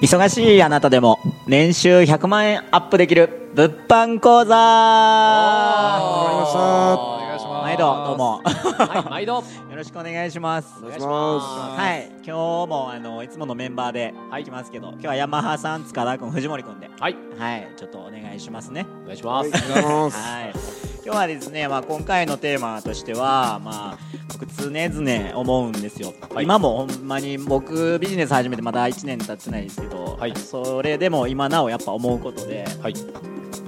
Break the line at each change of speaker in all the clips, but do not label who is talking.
忙しいあなたでも年収100万円アップできる物販講座
わかりました
お願いします
毎度どうも
はい毎度
よろしくお願いします
願いしま
はい今日もあのいつものメンバーで行きますけど、今日はヤマハさん塚田君藤森君で
はい
はいちょっとお願いしますね
お願いします
ありがとうござい
はい、今日はですね、まあ、今回のテーマとしては、まあ、僕常々思うんですよ、
はい
今もほんまに僕ビジネス始めてまだ1年経ってないですけど、
はい
それでも今なおやっぱ思うことで
はい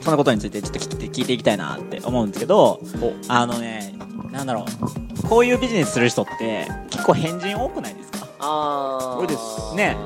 そのことについてちょっと聞いて聞いていきたいなって思うんですけど
お
あのねなんだろうこういうビジネスする人って結構変人多くないですか
あ
多いです
ね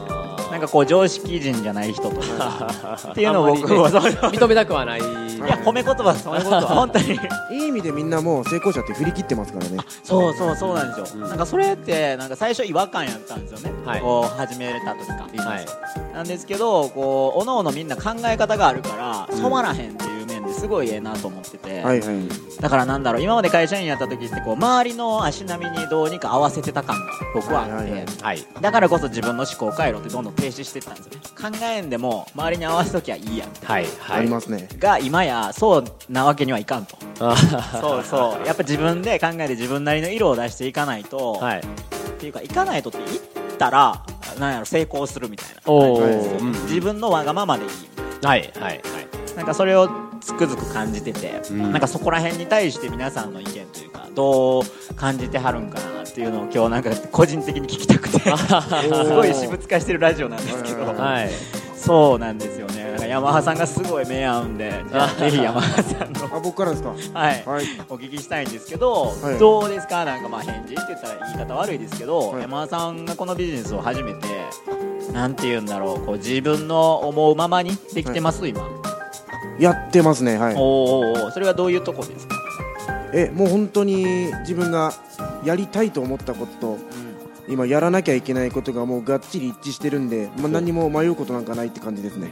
なんかこう常識人じゃない人とかっていうのを僕は、
は
そうそう
認めたくはない
いや褒め言葉です褒め言葉本当に
いい意味でみんなもう成功者って振り切ってますからね
そうそうそうなんですよ、
うん
なんかそれってなんか最初違和感やったんですよね、
はい
こう始めれた時か、
はい
なんですけどこうおのおのみんな考え方があるから染まらへんっていう面ですごいええなと思ってて、
はいはい
だからなんだろう今まで会社員やった時ってこう周りの足並みにどうにか合わせてた感が僕はあって、
はいはいはい
はい
だからこそ自分の思考回路ってどんどん停止してったんですよね考えんでも周りに合わせときゃいいやみたいな
はい
あ
はい
りますね
が今やそうなわけにはいかんと
あ
そう そうやっぱ自分で考えて自分なりの色を出していかないと、
ーはい
っていうか行かないとって行ったらなんやろ成功するみたいな
お
は
ー
い
うん
自分のわがままでいい
はいはい
なんかそれをつくづく感じてて、
うん
なんかそこら辺に対して皆さんの意見というかどう感じてはるんかなっていうのを今日なんか個人的に聞きたく てすごい私物化してるラジオなんですけど、
うん
はい
そうなんですよねなんかヤマハさんがすごい目合うんでじゃあぜひヤマハさんの、
あ僕からですか
はい
はい
お聞きしたいんですけど、
はい
どうですかなんかまあ返事って言ったら言い方悪いですけど、
はい
山田さんがこのビジネスを始めてなんて言うんだろうこう自分の思うままにできてます、今、
やってますねはい
おーおーおーそれはどういうとこですか、
えもう本当に自分がやりたいと思ったことと今やらなきゃいけないことがもうがっちり一致してるんで、まあ、何も迷うことなんかないって感じですね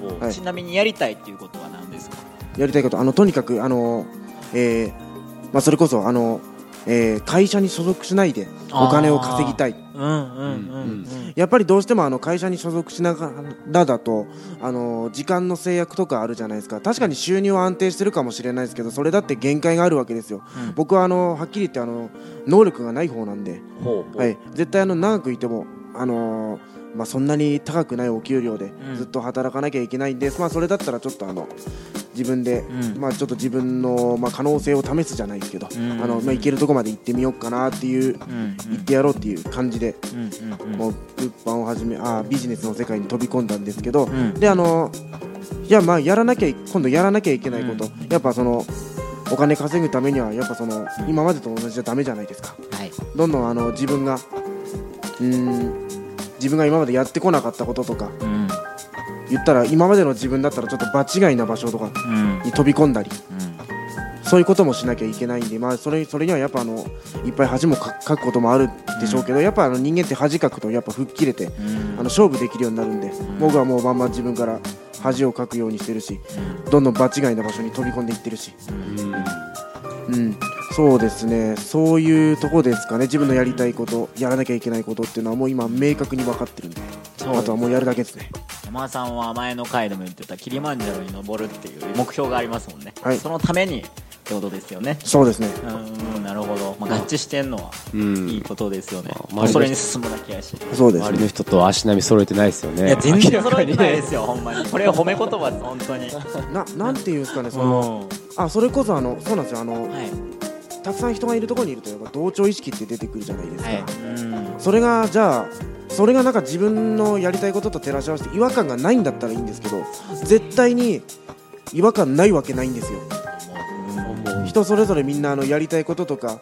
おーおー
はい
ちなみにやりたいっていうことは何ですか
やりたいことあのとにかくあの、えーまあ、それこそあの、えー会社に所属しないでお金を稼ぎたい
うんうん
うんうん
やっぱりどうしてもあの会社に所属しながらだとあの時間の制約とかあるじゃないですか確かに収入は安定してるかもしれないですけどそれだって限界があるわけですよ、
うん
僕はあのはっきり言ってあの能力がない方なんで、
ほう
はい、絶対あの長くいても、あのーまあ、そんなに高くないお給料で
うん
ずっと働かなきゃいけないんです、まあ、それだったらちょっとあの自分で、
うん
まあ、ちょっと自分の、まあ、可能性を試すじゃないですけど、
うん
あのまあ、いけるとこまで行ってみようかなっていう、
うん
行ってやろうっていう感じで、
うんうんうん
もう物販を始めあービジネスの世界に飛び込んだんですけど、
ん
であのいやまあやらなきゃい今度やらなきゃいけないこと、やっぱそのお金稼ぐためにはやっぱその、今までと同じじゃダメじゃないですか。
はい
どんどんあの自分がうーん自分が今までやってこなかったこととか
うん
言ったら今までの自分だったらちょっと場違いな場所とか
うん
に飛び込んだり
うん
そういうこともしなきゃいけないんで、まあ、それそれにはやっぱあのいっぱい恥もかかくこともあるでしょうけど、やっぱあの人間って恥かくとやっぱ吹っ切れて、あの勝負できるようになるんで、僕はもうまんま自分から恥をかくようにしてるし、どんどん場違いな場所に飛び込んでいってるし、
うん
うん、そうですねそういうとこですかね自分のやりたいことやらなきゃいけないことっていうのはもう今明確に分かってるんで
そう
あとはもうやるだけですね
山田さんは前の回でも言ってたキリマンジャロに登るっていう目標がありますもんね、
はい
そのためにってことですよね
そうですね
うーんなるほど、まあ、合致してんのは
うん
いいことですよね、
まあ
それに進むだけやし
そうです
周り
ね
の人と足並み揃えてないですよね
いや全然
明ら
揃
か
え
に
て
ね
ないですよほんまにこれは褒め言葉です本 当に
ななんていうんですかねその、
う
あそれこそあのそうなんですよあの、
んはい
たくさん人がいるところにいるとやっぱ同調意識って出てくるじゃないですか、
はいうん
それがじゃあそれがなんか自分のやりたいことと照らし合わせて違和感がないんだったらいいんですけど絶対に違和感ないわけないんですよ人それぞれみんなあのやりたいこととか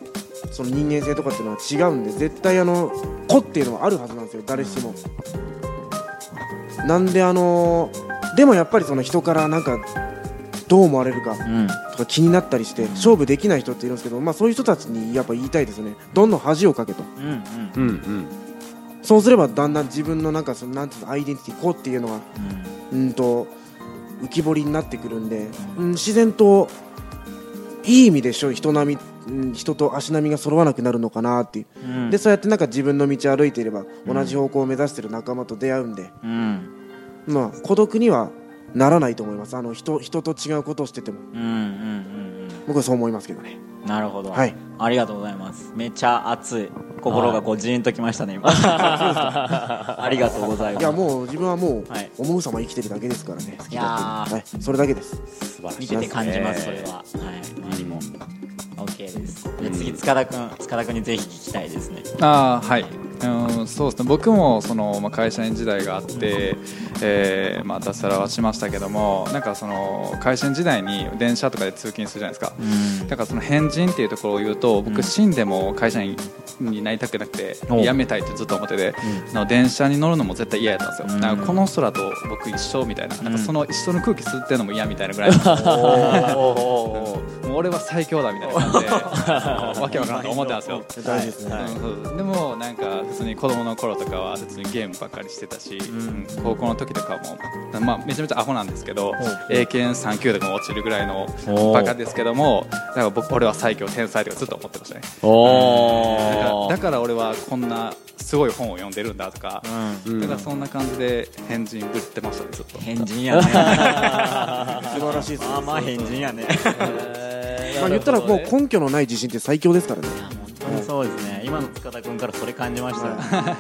その人間性とかっていうのは違うんで絶対あの子っていうのはあるはずなんですよ誰しも。なんであのーでもやっぱりその人からなんかどう思われるか
うん
とか気になったりして勝負できない人っているんですけど、まあ、そういう人たちにやっぱ言いたいですよねどんどん恥をかけと
うんうん
うんうん
そうすればだんだん自分のなんかそのなんていうのアイデンティティ子っていうのがうんと浮き彫りになってくるんで、うん、自然といい意味でしょ人並み、うん、人と足並みが揃わなくなるのかなっていう、
うん
でそうやってなんか自分の道を歩いていれば同じ方向を目指してる仲間と出会うんで、
うん
まあ孤独にはならないと思いますあの人人と違うことをしてても
うんうんうん
僕はそう思いますけどね
うんなるほど、
はい
ありがとうございますめちゃ熱い心がこうジーンときましたね今 ありがとうございま
い
す
やもう自分はもう
はい
思う様生きてるだけですからね
いやー
はいそれだけです
素晴らしい
見てて感じますそれは、はい周りも OK ですで次塚田君塚田君にぜひ聞きたいですね
あーはいうんそうですね僕もその、まあ、会社員時代があって、えーまあ、脱サラはしましたけどもなんかその会社員時代に電車とかで通勤するじゃないですか、だからその変人っていうところを言うと
うん
僕死んでも会社員になりたくなくて
お
辞めたいってずっと思ってて、あの電車に乗るのも絶対嫌やったんですよ、
うん
なんかこの人らと僕一緒みたいな,、なん
うん
かその一緒の空気吸ってるのも嫌みたいなぐらい もう俺は最強だみたいな感じでわけわからんと思ってたんですよ
大事ですね
うんそうですでもなんか普通に子供の頃とかは普通にゲームばっかりしてたし、
ん
うん高校の時とかも、まあ、めちゃめちゃアホなんですけど英検3級とかも落ちるぐらいの
おー
バカですけどもだから僕俺は最強天才とかずっと思ってましたねだから
お
だから俺はこんなすごい本を読んでるんだとか、
う
うん
だからそんな感じで変人ぶってましたねずっと
ん、変人 やね素晴
らしいですね
まあまあ変人やね
まあ言ったらもう根拠のない自信って最強ですからね
いや本当にそうですね今の塚田君からそれ感じましたよ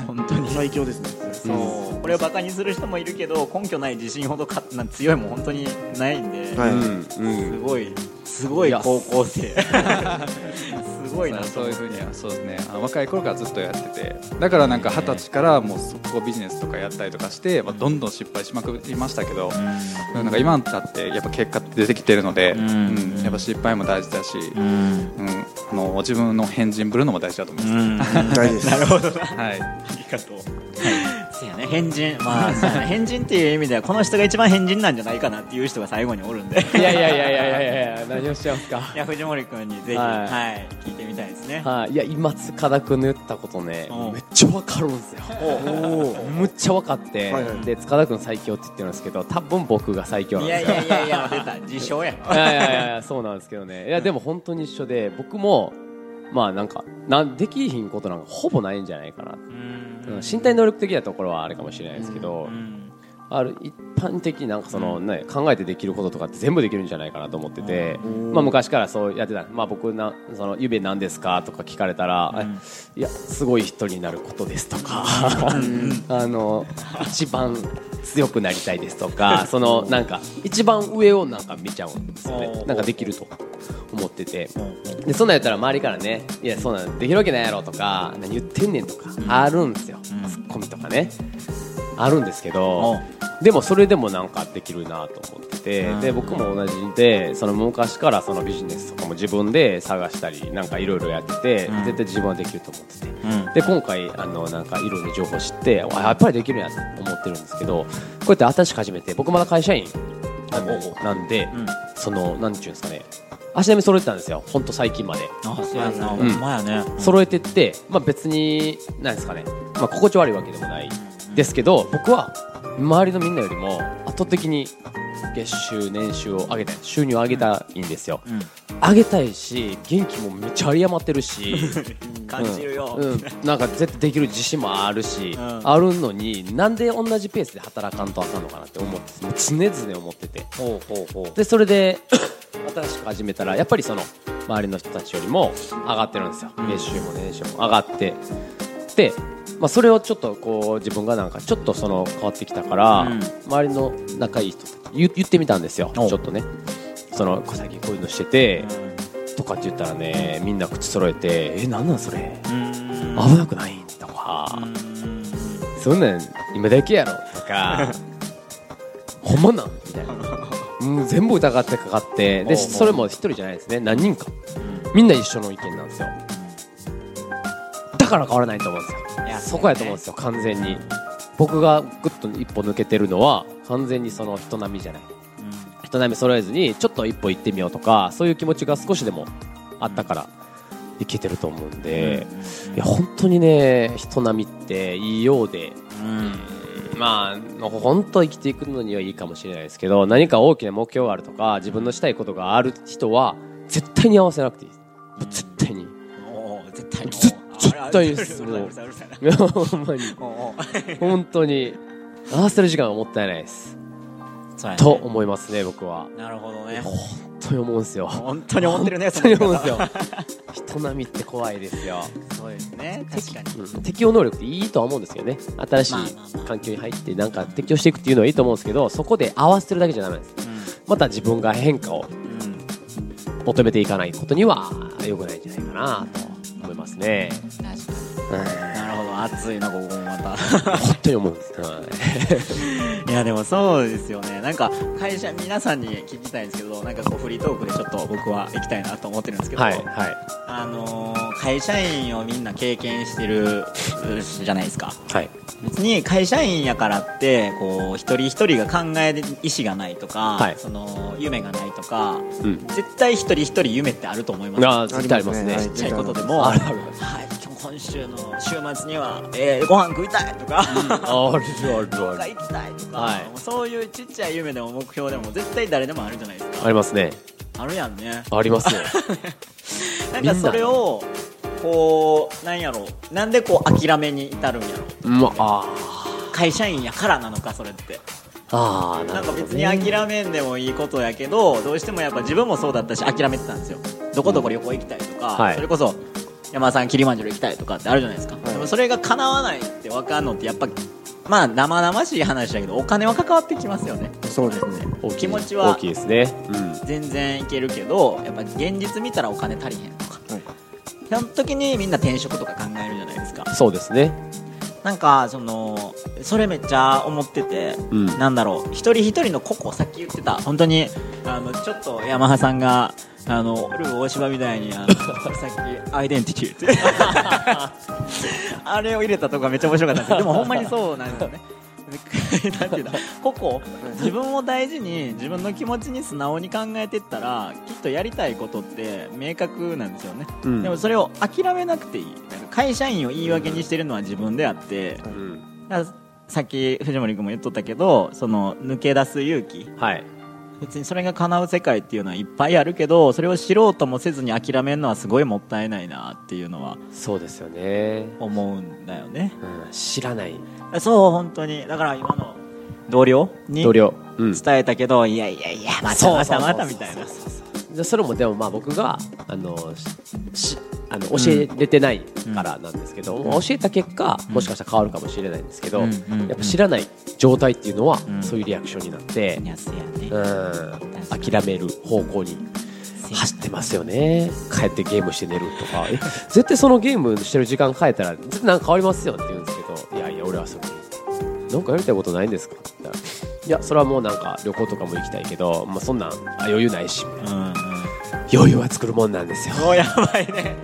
本当に
最強ですね
そうこれをバカにする人もいるけど根拠ない自信ほどかなん強いもん本当にないんで、
はい
うんうん
すごいすごい高校 生すごいなと
そう
思
いう
っ
ふ
て
うにはそうですねあの若い頃からずっとやっててだからなんか二十歳からもう速攻ビジネスとかやったりとかして、まあ、どんどん失敗しまくりましたけど、なんか今になってやっぱ結果って出てきてるので、うんんやっぱ失敗も大事だし、う
うんん
あの自分の変人ぶるのも大事だと思います、
大事で す
なるほどな
はい
ありがとうそうやね変人まあそうやね変人っていう意味ではこの人が一番変人なんじゃないかなっていう人が最後におるんで
いやいやいやいやいやいや何をしちゃうんすか
いや藤森君にぜひ、は
はいい
聞いてみたいですね
はいいや今塚田君の言ったことね
うん
めっちゃ分かるんですよ
おお
むっちゃ分かって、
はいはい
で塚田君最強って言ってるんですけど多分僕が最強な
い
んで
や
す
い
よ
やいやいや出た自称や
いやいやいやいやそうなんですけどねいやでも本当に一緒で僕もまあなんかなんできひんことなんかほぼないんじゃないかな、うん身体能力的なところはあるかもしれないですけど、
うん
ある一般的になんかその、ね、考えてできることとかって全部できるんじゃないかなと思ってて、まあ、昔からそうやってた、まあ、僕なその指何ですかとか聞かれたら、いやすごい人になることですとか あの一番強くなりたいですとかそのなんか一番上をなんか見ちゃうんですよねなんかできると思ってて。でそんなんやったら周りからね「いやそんなんできるわけないやろ」とか「何言ってんねん」とかあるんですよ、ツッコミとかねあるんですけどでもそれでもなんかできるなと思ってて
うん
で僕も同じでその昔からそのビジネスとかも自分で探したりなんかいろいろやってて
うん
絶対自分はできると思ってて。
うん
で今回あのなんかいろいろ情報知ってわやっぱりできるやんって思ってるんですけどこうやって新しく始めて僕まだ会社員あのなんで、
うん
そのなんていうんですかね足並み揃えてたんですよほんと最近まで
あそうやんな、
ん
ほんまやね
揃えてって、まあ、別になんですかね、まあ、心地悪いわけでもないですけど僕は周りのみんなよりも圧倒的に月収年収を上げたい収入を上げたいんですよ、
ん
上げたいし元気もめっちゃ有り余って るし
感じるよ、
うんうん、なんか絶対できる自信もあるし、
ん
あるのになんで同じペースで働かんとあかんのかなって思ってもう常々思ってて
ほうほうほう
でそれで 新しく始めたらやっぱりその周りの人たちよりも上がってるんですよ月収も年収も上がってで、まあ、それをちょっとこう自分がなんかちょっとその変わってきたから、
うん
周りの仲いい人たち言言ってみたんですよち
お
ょっとねその最近こういうのしてて、とかって言ったらねみんな口揃えて「えなんなんそれ
うん
危なくない?」とか。そんなん今だけやろとかほんまなんみたいな、うん、全部疑ってかかっ
お
て
うおう
でそれも一人じゃないですね何人かみんな一緒の意見なんですよだから変わらないと思うんですよ
いや
そこやと思うんですよ完全に僕がグッと一歩抜けてるのは完全にその人並みじゃない人並み揃えずにちょっと一歩行ってみようとかそういう気持ちが少しでもあったからいけてると思うんで、いや本当にね人並みっていいようでまあ、本当生きていくのにはいいかもしれないですけど何か大きな目標があるとか自分のしたいことがある人は絶対に合わせなくていいですもう絶対に
おう絶対に
絶絶対です
うるさいうるさいな
ほんまに
おうおう
本当に合わせる時間がもったいないです。
そうやね
と思いますね、僕は。
なるほどね
本当に思うんですよ。
本当に思ってるね
本当に思うんですよ。人並みって怖いですよ。
そうですね確かに
うん適応能力っていいとは思うんですけどね新しい
まあまあまあ
環境に入ってなんか適応していくっていうのはいいと思うんですけどそこで合わせてるだけじゃダメなんですまた自分が変化を求めていかないことには良くないんじゃないかなと思いますねはい
なるほど熱いなここもまた
本当に思うんです、はい
いやでもそうですよねなんか会社皆さんに聞きたいんですけどなんかこうフリートークでちょっと僕は行きたいなと思ってるんですけど、
はいは
あのー会社員をみんな経験してるうじゃないですか
いはい
別に会社員やからってこう一人一人が考える意思がないとか、
はい
その夢がないとか
うん
絶対一人一人夢ってあると思います
あー絶対ありますね
あり
ちっ
ます
ちゃ
ね
いことでも、
あ
はい
る、ある
今日今週の週末には、えーご飯食いたいとか、
あるある
どっ
あ
か
る
行きたいとか、
はい
もうそういうちっちゃい夢でも目標でも絶対誰でもあるじゃないです
あ
か
りますね
あるやんね
あります
な
ね
んかそれをこうなんやろうなんでこう諦めに至るんやろ
うんあ
会社員やからなのかそれって
ーあーな
なん
る
か
ほど
別
ね
に諦めんでもいいことやけどどうしてもやっぱ自分もそうだったし諦めてたんですよどこどこ旅行行きたいとか、
はい
それこそ山田さんキリマンジャロ行きたいとかってあるじゃないですか、
い
でもそれが叶わないって分かんのってやっぱまあ生々しい話だけどお金は関わってきますよね
そうですね
大きい
気持ちは
大きいですねうん
全然いけるけどやっぱ現実見たらお金足りへんとか
はい
その時にみんな転職とか考えるじゃないですか
そうですね
なんかそのそれめっちゃ思ってて、
うん
なんだろう一人一人の個々さっき言ってた本当にあのちょっとヤマハさんがあのルー大芝みたいに あのさっきアイデンティティって あれを入れたとこがめっちゃ面白かったんですけどでもほんまにそうなんですよね なんていうんだ個々自分を大事に自分の気持ちに素直に考えてったらきっとやりたいことって明確なんですよね、
うん
でもそれを諦めなくていいなんか会社員を言い訳にしてるのは自分であって、
うん
だからさっき藤森君も言っとったけどその抜け出す勇気
はい
別にそれが叶う世界っていうのはいっぱいあるけどそれを知ろうともせずに諦めるのはすごいもったいないなっていうのは
そうですよね
思うんだよね
うん知らない
そう本当にだから今の同僚に
同僚、うん、
伝えたけどいやいやいやまた
そう
ま
そうそう
たまたみたいな
でそれもでもまあ僕があのししあの教えれてないからなんですけど、まあ教えた結果もしかしたら変わるかもしれないんですけど、
うんうんうん
やっぱ知らない状態っていうのは、
うん
そういうリアクションになって、
やすやね
うん、諦める方向に走ってますよね帰ってゲームして寝るとかえ絶対そのゲームしてる時間変えたら絶対なんか変わりますよって言うんですけどいやいや俺はそれなんかやりたいことないんですかって言ったらいやそれはもうなんか旅行とかも行きたいけど、まあ、そんなんあ余裕ないしみたいな
うんうん
余裕は作るもんなんですよ。
もうやばいね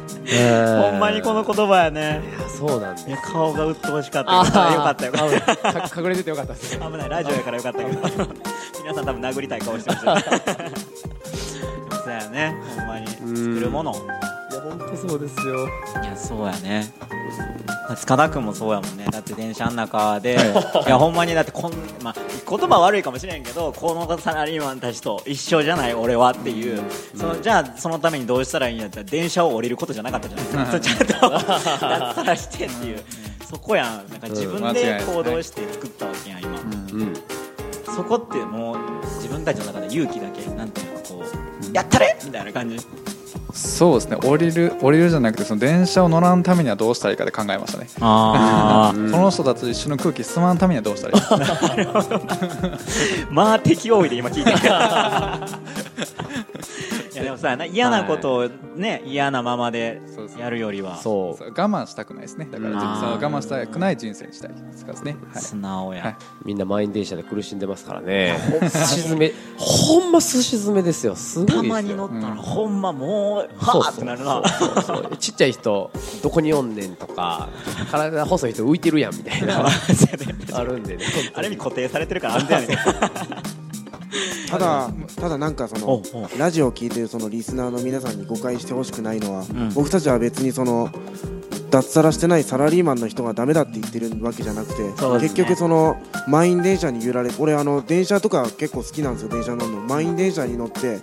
ほんまにこの
子。
言葉やね
いやそうなんです
い
よ
や。顔が鬱陶しかったけどよかったよかった
あか隠 れててよかったですね。
危ないラジオやからよかった けど皆さん多分殴りたい顔してましたでもそうやねほんまに作るもの
いや本当そうですよ。
いやそうやね塚田君もそうやもんねだって電車の中でいやほんまにだってこん、まあ、言葉悪いかもしれんけどこのサラリーマンたちと一緒じゃない俺はっていう、そのじゃあそのためにどうしたらいいんやったら電車を降りることじゃなかったじゃないです かちょっと脱サラしてっていう、そこやんなんか自分で行動して作ったわけやん今、
うん。
そこってもう自分たちの中で勇気だけなんていうのこう、やったれみたいな感じ
そうですね降りる降りるじゃなくてその電車を乗らんためにはどうしたらいいかで考えましたね
あ
その人たちと一緒の空気進まんためにはどうしたらいい か
まあ敵多いで今聞いてるいやでもさな嫌なことをね、嫌なままで
そうそう
やるよりは
そ
そう我慢したくないですねだから
あー
そう我慢したくない人生にしたいですからね、はい、
素直や、
はい
うん。みんな満員電車で苦しんでますからね。すし詰め、ほんますし詰めですよ。すごいです
た
よ。
まに乗ったらほんまもう
そう
はあってなるな
そうそうそうちっちゃい人どこにおんねんとか体細い人浮いてるやんみたい なあるんでね
ある意味固定されてるから安全やね
ただただなんかそ
おう
の
おう
ラジオを聞いてるそのリスナーの皆さんに誤解してほしくないのは、
ん
僕たちは別にその脱サラしてないサラリーマンの人がダメだって言ってるわけじゃなくて、
そうですね
結局その満員電車に揺られ俺あの電車とか結構好きなんですよ電車乗るの満員電車に乗って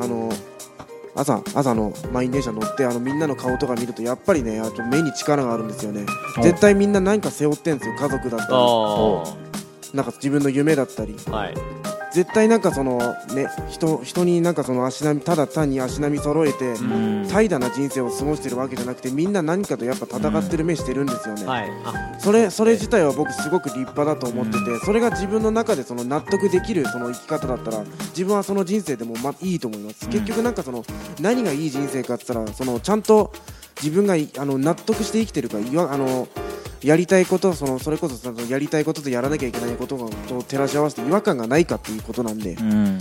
あの朝朝の満員電車乗ってあのみんなの顔とか見るとやっぱりねあと目に力があるんですよね
お
絶対みんな何か背負ってんですよ家族だったり
あ
なんか自分の夢だったり
はい
絶対なんかそのね人人になんかその足並みただ単に足並み揃えて
うん
怠惰な人生を過ごしてるわけじゃなくてみんな何かとやっぱ戦ってる目してるんですよね、
はいあ
それそれ自体は僕すごく立派だと思っててそれが自分の中でその納得できるその生き方だったら自分はその人生でもまいいと思います結局なんかその何がいい人生かって言ったらそのちゃんと自分がいあの納得して生きてるかいわあのやりたいことそのそれこそそのやりたいこととやらなきゃいけないことがと照らし合わせて違和感がないかっていうことなんで
うん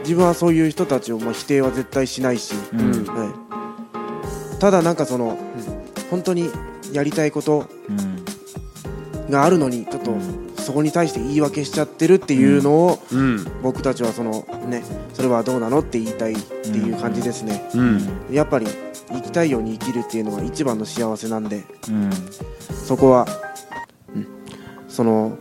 自分はそういう人たちをまあ否定は絶対しないし、
うん
はい、ただなんかその、本当にやりたいこと
うん
があるのにちょっとそこに対して言い訳しちゃってるっていうのを、
うん
僕たちはそのねそれはどうなのって言いたいっていう感じですね、
うん
やっぱり生きたいように生きるっていうのが一番の幸せなんで
うん
そこは、うん、その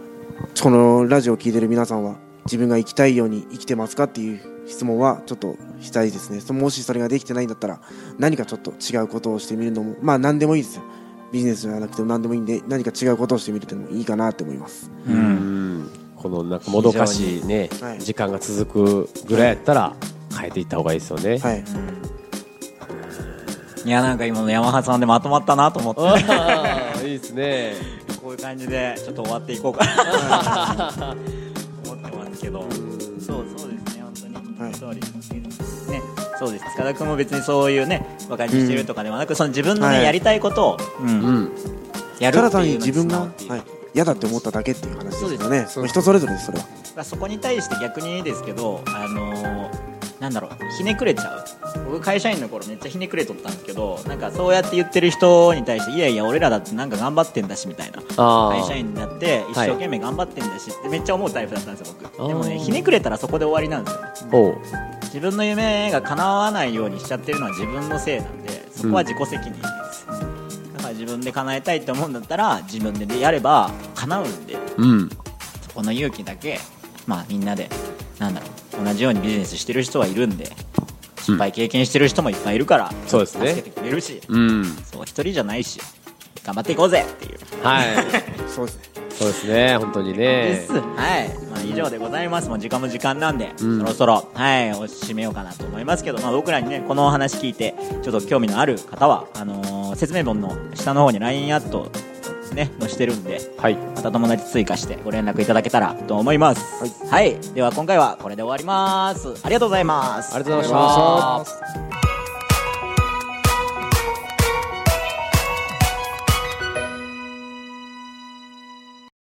このラジオを聞いてる皆さんは自分が生きたいように生きてますかっていう質問はちょっとしたいですねそもしそれができてないんだったら何かちょっと違うことをしてみるのもまあ何でもいいですよビジネスじゃなくても何でもいいんで何か違うことをしてみるっていうのもいいかなって思います
うんこのなんかもどかしいね
はい
時間が続くぐらいやったら変えていった方がいいですよね
はい
いやなんか今の山葉さんでまとまったなと思って
あーいいですね
こういう感じでちょっと終わっていこうかな思ってますけどそうそうですね本当に、
はい
そうですねそうです塚田君も別にそういうねバカにしてるとかではなく、その自分のね、
はい
やりたいことを、うん
うん
やる
ただ
って
単に
いうの
自
に素
分が
直っていう
はい嫌だって思っただけっていう話ですよね
そうですそうです
人それぞれですそれは
だからそこに対して逆にですけどあのーなんだろうひねくれちゃう僕会社員の頃めっちゃひねくれとったんですけどなんかそうやって言ってる人に対していやいや俺らだってなんか頑張ってんだしみたいな
あー
会社員になって一生懸命頑張ってんだしってめっちゃ思うタイプだったんですよ
あー
僕でもねひねくれたらそこで終わりなんですよね
おう
自分の夢が叶わないようにしちゃってるのは自分のせいなんでそこは自己責任です、だから自分で叶えたいって思うんだったら自分でやれば叶うんで
うん
そこの勇気だけまあみんなでなんだろう同じようにビジネスしてる人はいるんで失敗経験してる人もいっぱいいるから、
そうですね
助けてくれるし、
うん
そう一人じゃないし頑張っていこうぜっていう
はい
そうですね
そうですね本当に
で
ね
す、はい、まあ、以上でございますもう時間も時間なんで、
うん
そろそろはいお締めようかなと思いますけど、まあ、僕らにねこのお話聞いてちょっと興味のある方はあのー説明文の下の方に LINE アットね載してるんで
はい
また友達追加してご連絡いただけたらと思いますはい、では今回はこれで終わりますありがとうございます
ありがとうございました